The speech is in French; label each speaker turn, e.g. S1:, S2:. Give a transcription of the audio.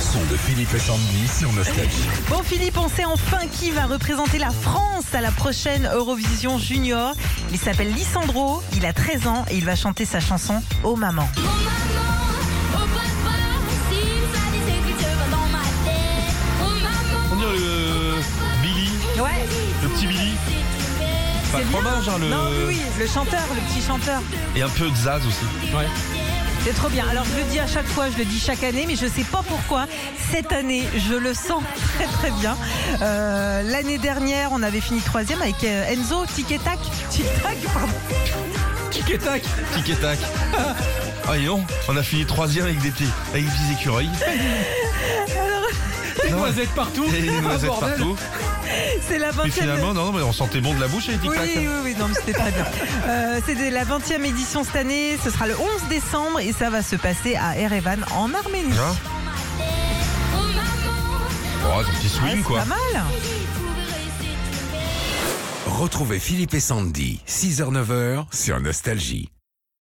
S1: son de Philippe et Sandy sur Nostalgie.
S2: Bon Philippe, on sait enfin qui va représenter la France à la prochaine Eurovision Junior. Il s'appelle Lisandro, il a 13 ans et il va chanter sa chanson Oh maman.
S3: Oh maman, oh papa, si ça disait que tu vas dans ma tête. Oh maman,
S4: On dirait le euh, Billy,
S2: Ouais,
S4: le petit Billy,
S3: si tu m'aimes.
S4: pas le fromage, hein, le...
S2: non oui, oui, le chanteur, le petit chanteur.
S4: et un peu de zaz aussi. Ouais.
S2: C'est trop bien. Alors je le dis à chaque fois, je le dis chaque année, mais je sais pas pourquoi. Cette année, je le sens très très bien. Euh, L'année dernière, on avait fini troisième avec euh, Enzo, Tic et Tac. Tic Tac, pardon.
S4: Tic et tac, tic et tac. Ah et non, on a fini troisième avec des petits, avec des petits écureuils. Des noisettes partout. Des noisettes partout.
S2: C'est la
S4: Mais
S2: 20
S4: finalement, non, mais on sentait bon de la bouche les tic
S2: Oui,
S4: tac.
S2: oui, oui, non, mais c'était très bien. Euh, c'est la 20e édition cette année, ce sera le 11 décembre et ça va se passer à Erevan en Arménie.
S4: Hein
S3: Oh maman,
S4: oh, ton petit
S2: Ouais,
S4: swing
S2: Ah, c'est
S4: quoi.
S2: pas mal.
S3: j'y trouverai si tu m'aimes.
S1: Retrouvez Philippe et Sandy, 6h-9h sur Nostalgie.